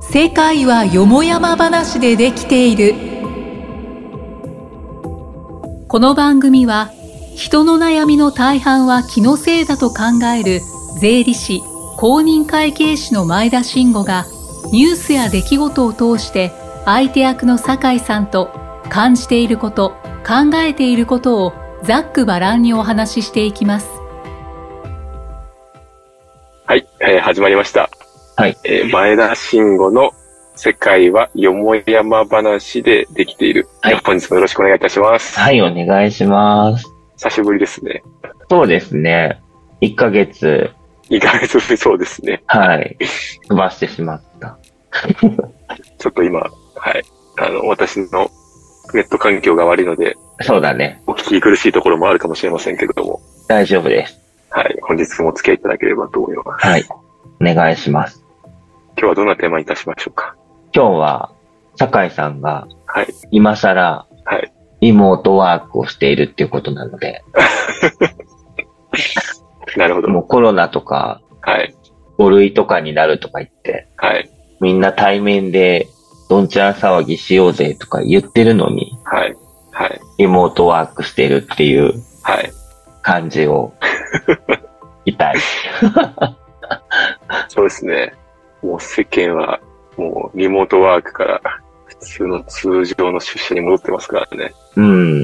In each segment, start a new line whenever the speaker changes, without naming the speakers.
世界はよもやま話でできているこの番組は人の悩みの大半は気のせいだと考える税理士公認会計士の前田慎吾がニュースや出来事を通して相手役の酒井さんと感じていること考えていることをざっくばらんにお話ししていきます
はい、えー始まりました。
はい。
えー前田慎吾の世界はよもやま話でできている。
はい
本日もよろしくお願いいたします。
はい、お願いします。
久しぶりですね。
そうですね。1ヶ月、
2ヶ月ぶりそうですね。
はい、飛ばしてしまった。
ちょっと今、はい。あの、私のネット環境が悪いので、
そうだね。
お聞き苦しいところもあるかもしれませんけれども、
大丈夫です。
はい。本日もお付き合いいただければと思います。
はい。お願いします。
今日はどんなテーマにいたしましょうか。
今日は、酒井さんが
はい。
今更、
はい。
リモートワークをしているっていうことなので、
なるほど。
もうコロナとか
はい。
5類とかになるとか言って、
はい。
みんな対面でどんちゃん騒ぎしようぜとか言ってるのに、
はい。はい。
リモートワークしてるっていう
はい。
感じ を、痛い。
そうですね。もう世間は、もうリモートワークから普通の通常の出社に戻ってますからね。
うん。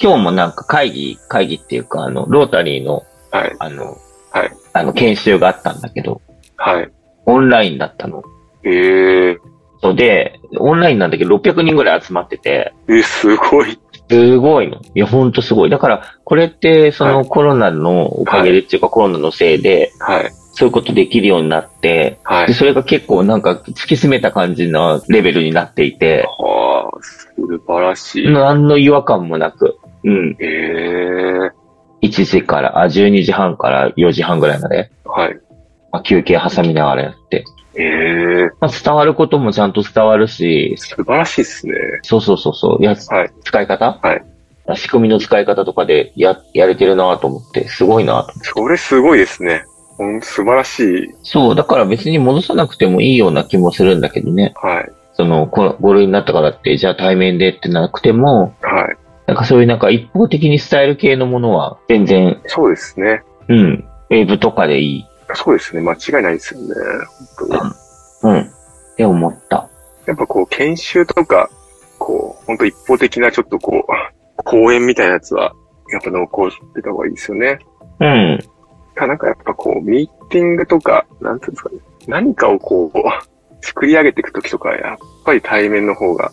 今日もなんか会議、会議っていうか、あの、ロータリーの、
はい。
あの、
はい
あの、研修があったんだけど、
はい。
オンラインだったの。
ええ
そうで、オンラインなんだけど、600人ぐらい集まってて、
え、すごい。
すごいの。いや、ほんとすごい。だから、これって、そ
は
のコロナのおかげでっていうか、コロナのせいで、
はい。
そういうことできるようになって、
は
で
い。
それが結構なんか突き詰めた感じのレベルになっていて、
はあ、素晴らしい。
何の違和感もなく、うん。
ええ
1時から、あ、12時半から4時半ぐらいまで、
はい。
まあ、休憩挟みながらやって、
ええ
まあ、伝わることもちゃんと伝わるし、
素晴らしいですね。
そうそうそうそう、やつ
はい。
使い方
はい
仕組みの使い方とかでや、やれてるなと思って、すごいなと。
それすごいですね。ほん素晴らしい。
そう、だから別に戻さなくてもいいような気もするんだけどね。
はい。
その、こ5類になったからって、じゃあ対面でってなくても、
はい。
なんかそういうなんか一方的に伝える系のものは、全然、
そうですね。
うん、ウェブとかでいい。
そうですね。間違いないですよね。本当に。
うん。って思った。
やっぱこう、研修とか、こう、ほんと一方的なちょっとこう、講演みたいなやつは、やっぱ濃厚してた方がいいですよね。
うん。
ただなんかやっぱこう、ミーティングとか、なんていうんですかね、何かをこう、作り上げていくときとか、やっぱり対面の方が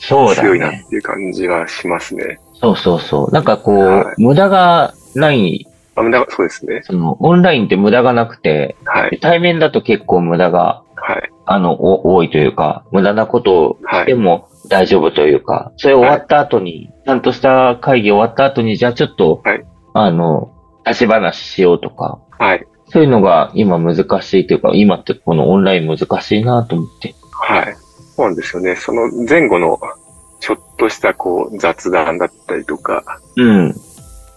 そうだね。
強いなっていう感じがしますね。
そうそうそう。なんかこう、
はい
無駄がない、
あ、無駄が、そうですね。
その、オンラインって無駄がなくて、
はい、
対面だと結構無駄が、
はい、
あの、お多いというか、無駄なこと
は
で
い、
も大丈夫というか、それ終わった後に、ちゃんとした会議終わった後に、じゃあちょっと、
はい
あの、立ち話しようとか、
はい、
そういうのが今難しいというか、今ってこのオンライン難しいなと思って。
はい。そうなんですよね。その前後の、ちょっとしたこう、雑談だったりとか、
うん。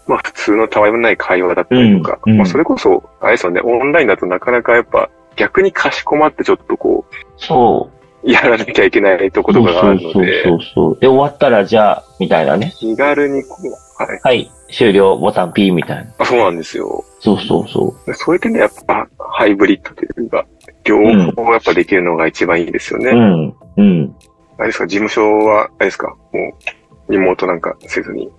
まあ普通のたわいもない会話だったりとか、
うんうん
まあそれこそ、あれですよね、オンラインだとなかなかやっぱ、逆にかしこまってちょっとこ
そう。
う、やらなきゃいけないとことかがあるので、
そうそうそうそう。で、終わったら、じゃあ、みたいなね。
気軽にこう、はい。
はい、終了ボタン P みたいな。
あそうなんですよ。
そうそうそ
そういう点でやっぱハイブリッドというか、両方やっぱできるのが一番いいですよね。
う。うん、うん。
あれですか、事務所は、あれですか、もう、リモートなんかせずに、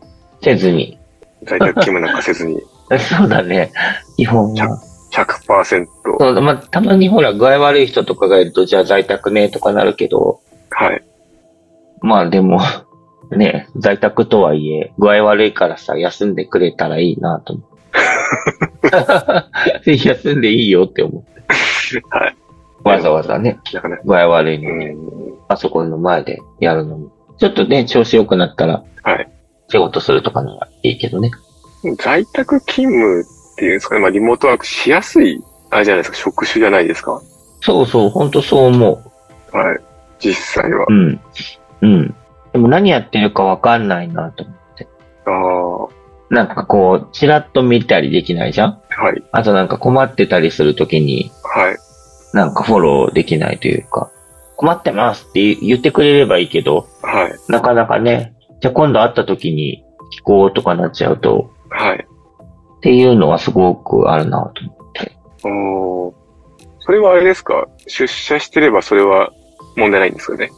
せずに。
在宅勤務なんかせず に、
そうだね。基本は。
100%。
そうだまあ、たまにほら、具合悪い人とかがいると、じゃあ在宅ね、とかなるけど、
はい。
まあでも、 ね、在宅とはいえ、具合悪いからさ、休んでくれたらいいなと思 って。休んでいいよって思って。
はい。
わざわざね、
なかなか、
具合悪いうのに、
ん。
パソコンの前でやるのも。ちょっとね、調子良くなったら、
はい。
仕事するとかならいいけどね。
在宅勤務っていうんですかね、まあリモートワークしやすい、あれじゃないですか、職種じゃないですか。は
そうそう、ほんとそう思
い。実際は
う。う。ん。うん。でも何やってるかわかんないなと思って。
ああ、は
なんかこう、ちらっと見たりできないじゃん
い。
あとなんか困ってたりするときに、
はい。
なんかフォローできないというか、困ってますって言ってくれればいいけど、
はい。
なかなかね、じゃあ今度会った時に聞こうとかなっちゃうと、
はい。
っていうのはすごくあるなと思って。
おーそれはあれですか出社してればそれは問題ないんですかね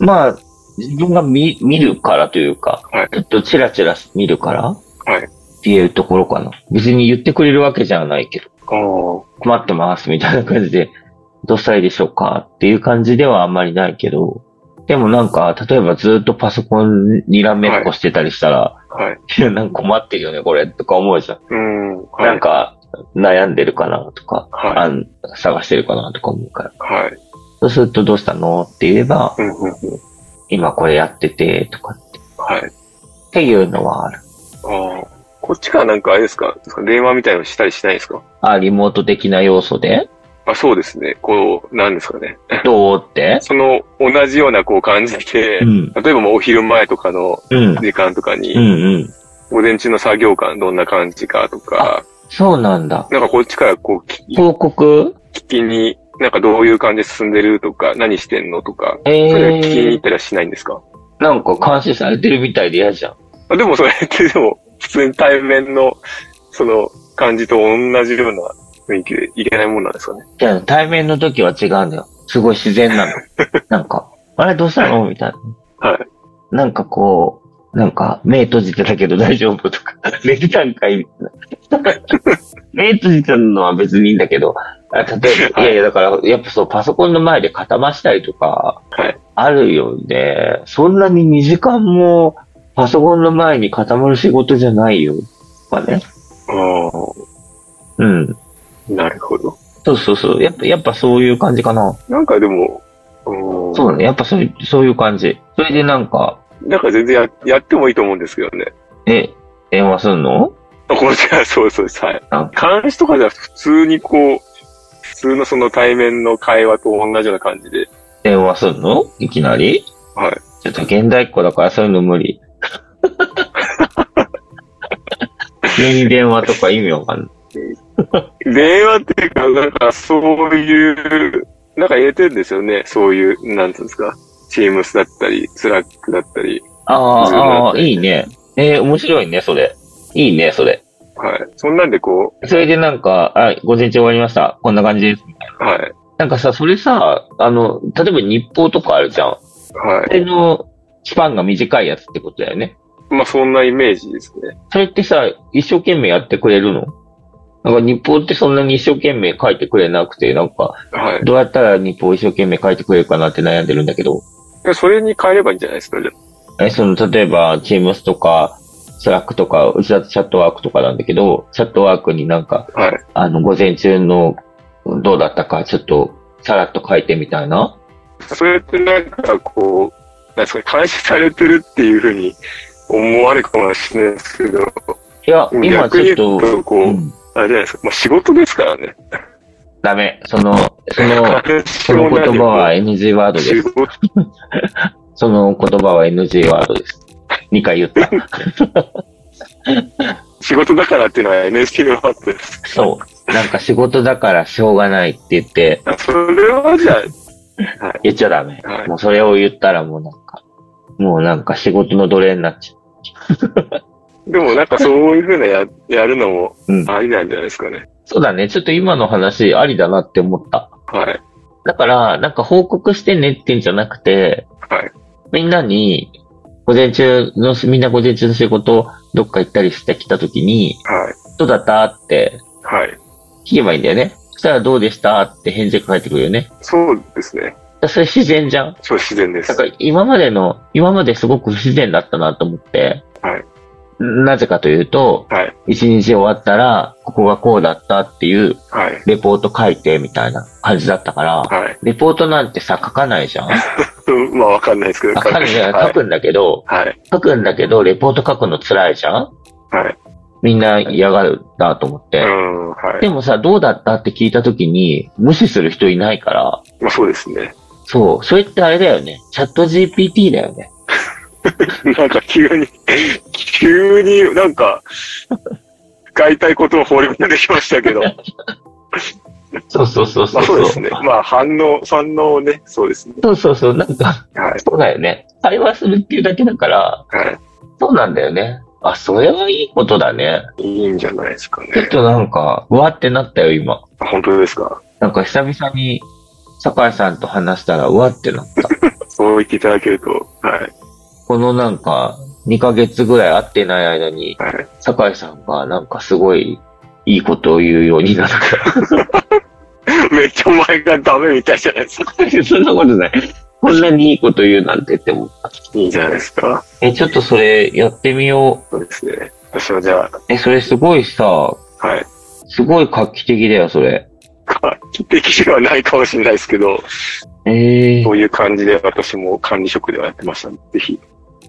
まあ、自分が見見るからというか、
はい
ちょっとチラチラ見るから、
はい
っていうところかな。別に言ってくれるわけじゃないけど、
おー
困ってますみたいな感じで、どうしたらいいでしょうかっていう感じではあんまりないけど、でもなんか、例えばずっとパソコンにらめっこしてたりしたら、
はい。
いや、なんか困ってるよね、これ、とか思うじゃん。
うーん。はい。
なんか、悩んでるかな、とか、
はい
案探してるかな、とか思うから。
はい。
そうすると、どうしたのって言えば
う、んうんうん。
今これやってて、とかって、っ
はい。
ていうのはある。
ああ。こっちからなんかあれですか電話みたいのしたりしないですか
あ、リモート的な要 素で、
あ、そうですね。こう、なんですかね。
どうって
その、同じようなこう感じで
う、ん、
例えばもうお昼前とかの
うん、
時間とかに、
うん、うん。
午前中の作業感どんな感じかとか、
そうなんだ。
なんかこっちからこう聞き
広告
聞きに、なんかどういう感じで進んでるとか、何してんのとか、
え
それ聞きに行
ー
っ、たりはしないんですか、
なんか監視されてるみたいで嫌じゃん。
あでもそれってでも、普通に対面の、その、感じと同じような雰囲気でいけないもんなんですかね。
いや、対面の時は違うんだよ。すごい自然 なの。なんか、あれどうしたのみたいな。
はい。
なんかこう、なんか、目閉じてたけど大丈夫とか、 寝てたんかいみたいな。 目閉じてたのは別にいいんだけど、あ例えば、
はい
いやいや、だから、やっぱそう、パソコンの前で固ましたりとか
はい、
あるよね。そんなに2時間も、パソコンの前に固まる仕事じゃないよ。まあね。
あ
うん。
あ、なるほど。
そうそうそう。やっぱ、やっぱそういう感じかな。
なんかでも、うん
そうだね。やっぱそういう、そういう感じ。それでなんか、
なんか全然ややってもいいと思うんですけどね。
え、電話すんの
あこっちからそうそうです。はい
あ。
監視とかじゃ普通にこう、普通のその対面の会話と同じような感じで。
電話すんのいきなり
はい。
ちょっと現代っ子だからそういうの 無理。急に電話とか意味わかんない。
電話っていうか、なんかそういう、なんか入れてるんですよね。そういう、なんつうんですか。チームスだったり、スラックだったり。
あ
そう
ーあー、いいね。えー、面白いね、それ。いいね、それ。
はい。そんなんでこ
それでなんか、あ、午前中終わりました。こんな感じです。
う、はい。
なんかさ、それさ、あの、例えば日報とかあるじゃん。
は
それのスパンが短いやつってことだよね。
い。まあそんなイメージですね。
それってさ、一生懸命やってくれるのなんか日報ってそんなに一生懸命書いてくれなくて、なんか、
はい。
どうやったら日報を一生懸命書いてくれるかなって悩んでるんだけど、
でそれに変えればいいんじゃないですか、じゃ
え、その、例えば、Teams とか、Slack とか、うちだとチャットワークとかなんだけど、チャットワークになんか、
あはい。
あの、午前中のどうだったか、ちょっと、さらっと書いてみたいな。
それってなんかこう、なんですかね、監視されてるっていうふうに思われるかもしれないですけど、
いや、今
逆に
ち
言
ょっ
うと
と、
こう
うん
あれじゃないですか、まあ仕事ですからね。
ダメ。その、その、
監
そ
視
の
も
言
何
葉
も
は NG ワー ドで
仕
す。
事
その言葉は NG ワードです。2回言った。
仕事だからっていうのは NHK のワードです。
そう。なんか仕事だからしょうがないって言って、
あそれはじゃ
言っちゃダメ。
あ、はい。
もうそれを言ったらもうなんか、もうなんか仕事の奴隷になっちゃ
でもなんかそういうふうなややるのも
う。うん。
ありなんじゃないですかね。
そうだね。ちょっと今の話ありだなって思った。
はい。
だから、なんか報告してねってんじゃなくて、
はい。
みんなに、午前中の、みんな午前中の仕事、どっか行ったりしてきた時に、
はい。
どうだったって
はい。
聞けばいいんだよね。そしたらどうでしたって返事が返ってくるよね。だか
そうですね。
らそれ自然じゃん。
そう自然です。
だから今までの、今まですごく不自然だったなと思って、
はい
なぜかというと、
はい。
一日終わったら、ここがこうだったっていう、
はい。
レポート書いてみたいな感じだったから、
はい。
レポートなんてさ、書かないじゃん
うんまあわかんないですけど。
書かないじゃん
は
書くんだけど、
はい。
書くんだけど、レポート書くの辛いじゃん
はい。
みんな嫌がるなと思っ
う
て。
ん。はい。
でもさ、どうだったって聞いた時に、無視する人いないから、
まあそうですね。
そう、それってあれだよね。チャット GPT だよね。
なんか急に、急になんか、使いたいことを放り込んできましたけど。
そうそうそう
ま
そ
あ
う。
そうですね。まあ反応、反応をね、そうですね。
そうそうそう。なんか、
はい。
そうだよね。会話するっていうだけだから、
は
そうなんだよね。あ、それはいいことだね。
い。いいんじゃないですかね
ちょっ。となんか、うわってなったよ、今。
本当ですか
なんか久々に、酒井さんと話したら、うわってなった。
そう言っていただけると、はい。
このなんか、2ヶ月ぐらい会ってない間に、
はい。
酒井さんがなんかすごい、いいことを言うようになった。
めっちゃお前がダメみたいじゃないですか。
そんなことない。こんなにいいこと言うなんてっても。
いいじゃないですか。
え、ちょっとそれやってみよ
そうですね。私はじゃ
う。え、それすごいさ、
あ、はい。
すごい画期的だよ、それ。
画期的ではないかもしれないですけど、
ええ
そういう感じで私も管理職ではやってました、ね。ぜひ、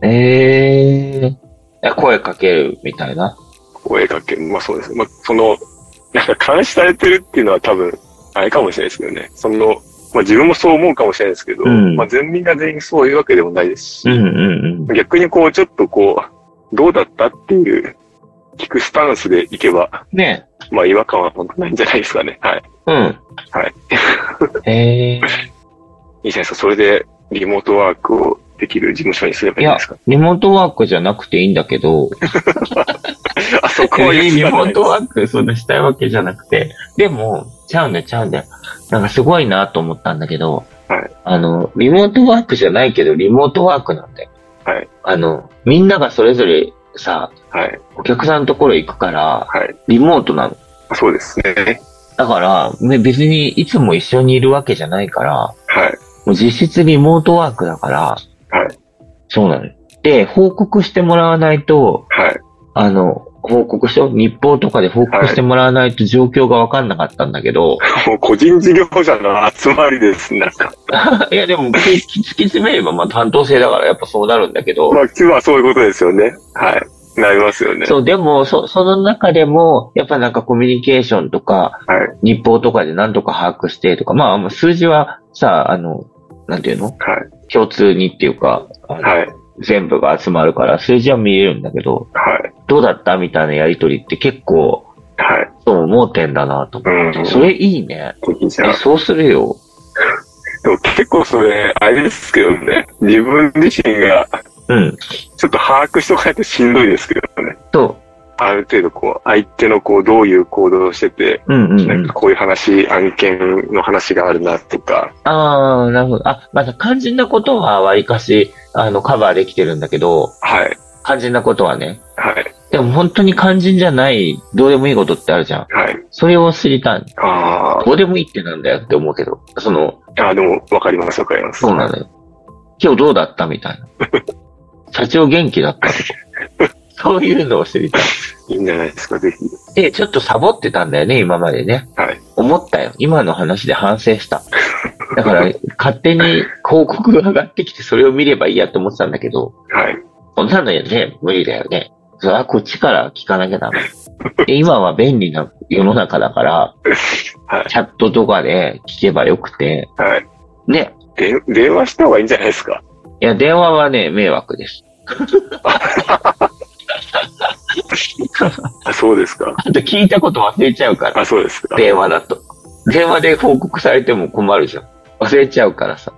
ええあ声かけるみたいな。
お絵かけ、まあそうですね。まあ、その、なんか監視されてるっていうのは多分、あれかもしれないですけどね。その、まあ自分もそう思うかもしれないですけど、
うん
まあ全員が全員そういうわけでもないですし、
うんうん
逆にこう、ちょっとこう、どうだったっていう、聞くスタンスでいけば、
うん。ね
まあ違和感は本当ないんじゃないですかね。はい。
うん。
はい。
え
い
え
いじゃないですか。それで、リモートワークをできる事務所にすればいいんですか。
リモートワークじゃなくていいんだけど、
あ、そこ
こ
は
う
言
いう
う
リ
な
モートワークそんなしたいわけじゃなくて、でも、ちゃうんだよ、ちゃうんだよ。なんかすごいなと思ったんだけど、
はい
あの、リモートワークじゃないけど、リモートワークなんだよ。
はい
あの、みんながそれぞれさ、
はい。
お客さんのところ行くから、
はい。
リモートなの。
そうですね。
だから、ね別にいつも一緒にいるわけじゃないから、
はい。
もう実質リモートワークだから、
はい。
そうなのよ。で、報告してもらわないと、
はい。
あの、報告して、日報とかで報告してもらわないと状況がわかんなかったんだけど、
もう個人事業者の集まりです。なんか、
い、や でも、き突き詰めれば、まあ担当性だからやっぱそうなるんだけど、
まあ、はそういうことですよね。はい。なりますよね。
そう、でも、そ、その中でも、やっぱなんかコミュニケーションとか、
はい。
日報とかで何とか把握してとか、まあ、まあ数字はさ、あの、なんていうの
はい。
共通にっていうか、あの
はい。
全部が集まるから、数字は見えるんだけど、
はい。
どうだったみたいなやりとりって結構、
はい。
そう盲点だなと思って、
うん
それいいね。
いいじゃ
え
ん。
そうするよ。
でも結構それ、あれですけどね。自分自身が、
うん。
ちょっと把握しとかないとしんどいですけどね。
そ
ある程度こう、相手のこう、どういう行動をしてて、
う。うんうん、う
なん
ん
か。こういう話、案件の話があるなとか、
ああ、なるほど。あ、まだ肝心なことはわりかし、あの、カバーできてるんだけど、
はい、
肝心なことはね。
はい、
でも本当に肝心じゃない、どうでもいいことってあるじゃん。
はい。
それを知りたい。
あ
どうでもいいってなんだよって思うけど、その、
ーあー、でも、わかります、わかります。
そうなのよ。今日どうだったみた いな。社長元気だったとか。 そういうのを知りたい。
いいんじゃないですか、ぜひ。
で、ちょっとサボってたんだよね、今までね。
はい。
思ったよ。今の話で反省した。 だから、勝手に広告が上がってきて、それを見ればいいやと思ってたんだけど、
はい。
そんなのよね、無理だよね。それはこっちから聞かなきゃ ダメ。で今は便利な世の中だから、
はい。
チャットとかで聞けばよくて、
はい。
ね。
で、電話した方がいいんじゃないですか。
いや、電話はね、迷惑です。
あ、そうですか。
あと聞いたこと忘れちゃうから、
あ、そうですか。
電話だと。電話で報告されても困るじゃん。忘れちゃうからさ。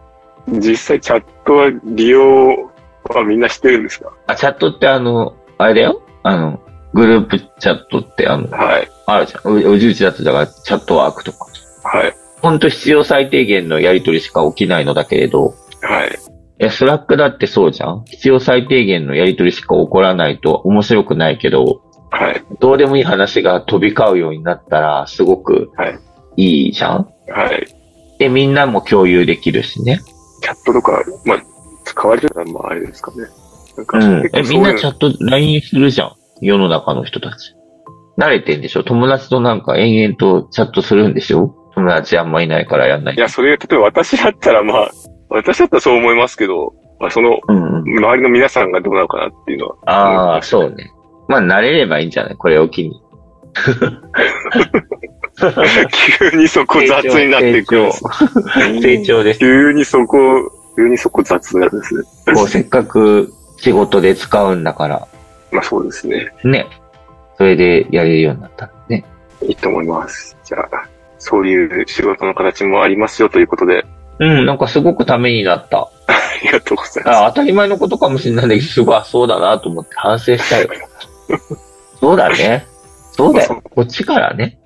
実際、チャットは利用はみんなしてるんですか
あ、チャットってあの、あれだよあの、グループチャットってあの、
はい。
あるじゃん。う宇宙チャットだからチャットワークとか。
はい。
ほんと必要最低限のやりとりしか起きないのだけれど、
はい。
え、スラックだってそうじゃん必要最低限のやりとりしか起こらないと面白くないけど、
はい。
どうでもいい話が飛び交うようになったらすごく
はい
いいじゃん
はい。
で、みんなも共有できるしね。
チャットとか、まあ、使われてたら、まあ、あれですかね。なんか、
うん
結。構
え、
そう
み
いうんの
なチャット LINE するじゃん世の中の人たち。慣れてんでしょ友達となんか延々とチャットするんでしょ友達あんまいないからやんない。
いや、それ、例えば私だったら、まあ、私だったらそう思いますけど、まあ、その、
うんうん。
周りの皆さんがどうなのかなっていうのは、
ああ、そうね。まあ、慣れればいいんじゃないこれを機に。
急にそこ雑になっていくる。
成長。成長です。
急にそこ、急にそこ雑なんですね。
こう、せっかく仕事で使うんだから、
まあそうですね。
ね。それでやれるようになったんだね。
いいと思います。じゃあ、そういう仕事の形もありますよということで、
うん、なんかすごくためになった。
ありがとうございます。
あ当たり前のことかもしれないんだけど、すごい、あそうだなと思って反省した よ。そうだね。そうだよ。こっちからね。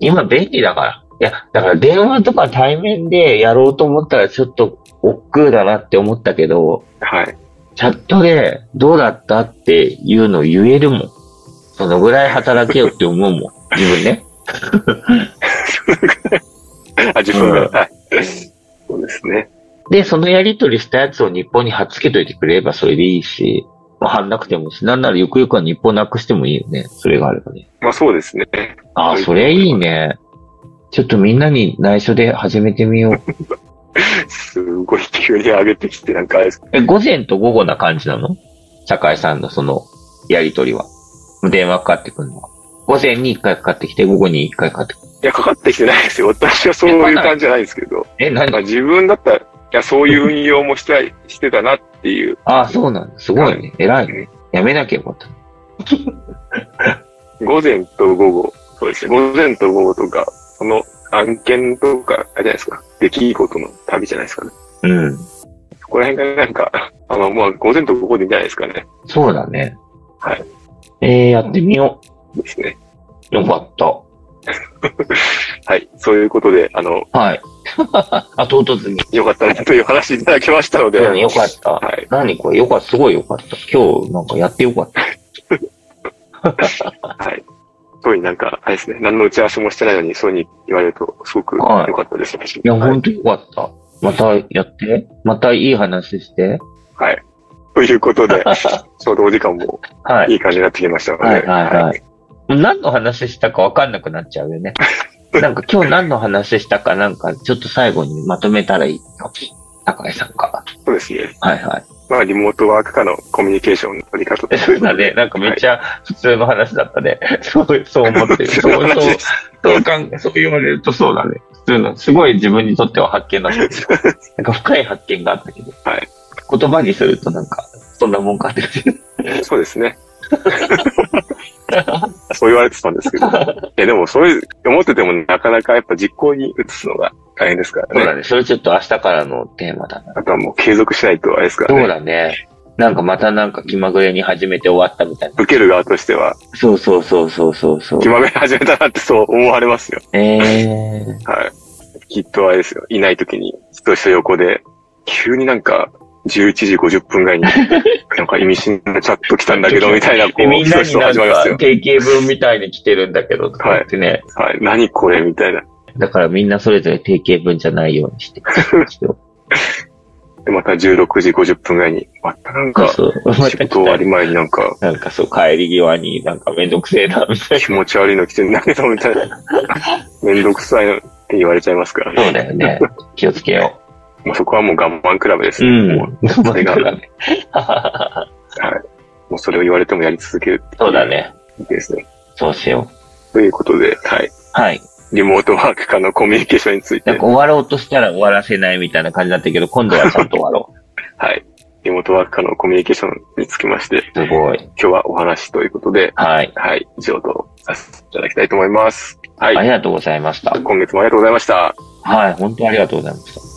今便利だから。いや、だから電話とか対面でやろうと思ったらちょっと億劫だなって思ったけど、
はい。
チャットでどうだったっていうのを言えるもん。そのぐらい働けよって思うもん。自分ね。
あ、自分
う
が。
ん
はい。そうですね。
で、そのやりとりしたやつを日本に貼っつけといてくれればそれでいいし、貼んなくてもいいし、なんならゆくゆくは日本なくしてもいいよね。それがあればね。
まあそうですね。
あ
そ
あ、
ういう
それいいね。ちょっとみんなに内緒で始めてみよう。
すごい急に上げてきて、なんかあれです
え、午前と午後な感じなの酒井さんのその、やりとりは。電話かかってくるのは。午前に一回かかってきて、午後に一回かかってくる。
いや、かかってきてないですよ。私はそういう感じじゃないですけど。
え、
なんか
何
自分だったら、いや、そういう運用もしたい、 してたなっていう。
ああ、そうなんだ。すごいね。偉いね。やめなきゃよかった。
午前と午後、そうですね。午前と午後とか、その案件とか、あれじゃないですか。出来事の旅じゃないですかね。
うん。
そこら辺がなんか、 あの、まあ、午前と午後でいいんじゃないですかね。
そうだね。
はい。
えー、やってみよ
ですね。
う。よかった。
はい。そういうことで、あの、
はい。 あ、唐突に。
よかったなという話いただきましたので。
うん、よかった。
はい。
何これよかった。すごいよかった。今日なんかやってよかった。
はい。特になんか、あれですね。何の打ち合わせもしてないのに、そうに言われると、すごく良
はい
かったです。はい
いや、ほんとよかった。またやって。またいい話して。
はい。ということ で、ちょうどお時間も
はいい。
い感じになってきましたので。
はいはい
は
はいい。何の話したかわかんなくなっちゃうよ ね。なんか今日何の話したかなんか、ちょっと最後にまとめたらいいよ。高井さんが。
そうですね。
はいはい。
まあ、リモートワーク化のコミュニケーションの取り方と
え そうだね。なんかめっちゃ普通の話だったね。そう、そう思ってる。 そう、そう、
話
そう
です
そうかんそう言われるとそうだね。普通の、すごい自分にとっては発見だ ったけど。なんか深い発見があったけど。
はい。
言葉にするとなんか、そんなもんかって感じ。
そうです ね。そう言われてたんですけど。え、でも、そういう、思っててもなかなかやっぱ実行に移すのが大変ですか
そう
ら
だ
ね。
ね。それちょっと明日からのテーマだな。
あとはもう継続しないとあれですから
そ
ね。
うだね。なんかまたなんか気まぐれに始めて終わったみたいな。
受ける側としては、
そうそうそうそうそうそう
気。まぐれ始めたなってそう思われますよ。
えー。
はい。きっとあれですよ。いない時に、ずっとした横で、急になんか、11時50分ぐ らいに、なんか意味深なチャット来たんだけど、みたいな、こ
で
う、
みんなに
そう
なん
始まります
か
よ。
定型文みたいに来てるんだけど、とか言ってね。
はい。何これみたいな。
だからみんなそれぞれ定型文じゃないようにして。
で、また16時50分ぐらいに、またなん
そう
か、
そう。
仕事終わり前になんか、
なんかそう、帰り際になんかめんどくせえな、みたいな。
気持ち悪いの来てんだけど、みたい な。めんどくさいのって言われちゃいますから
そ
ね。
うだよね。気をつけよ
もうそこはもう我慢比べです
う。う
ね。
ん
もう。
そ
それが
ね。
もうそれを言われてもやり続けるってい
そうだね。
ですね。
そうしよう。
ということで、はい。
はい。
リモートワーク化のコミュニケーションについ
なん
て
か、終わろうとしたら終わらせないみたいな感じだったけど、今度はちゃんと終わろ
はい。リモートワーク化のコミュニケーションにつきまして、
う。すごい。
今日はお話ということで、
はい。
はい。以上とさせていただきたいと思います。は
あり
い。
がとうございました。
今月もありがとうございました。
はい。本当にありがとうございました。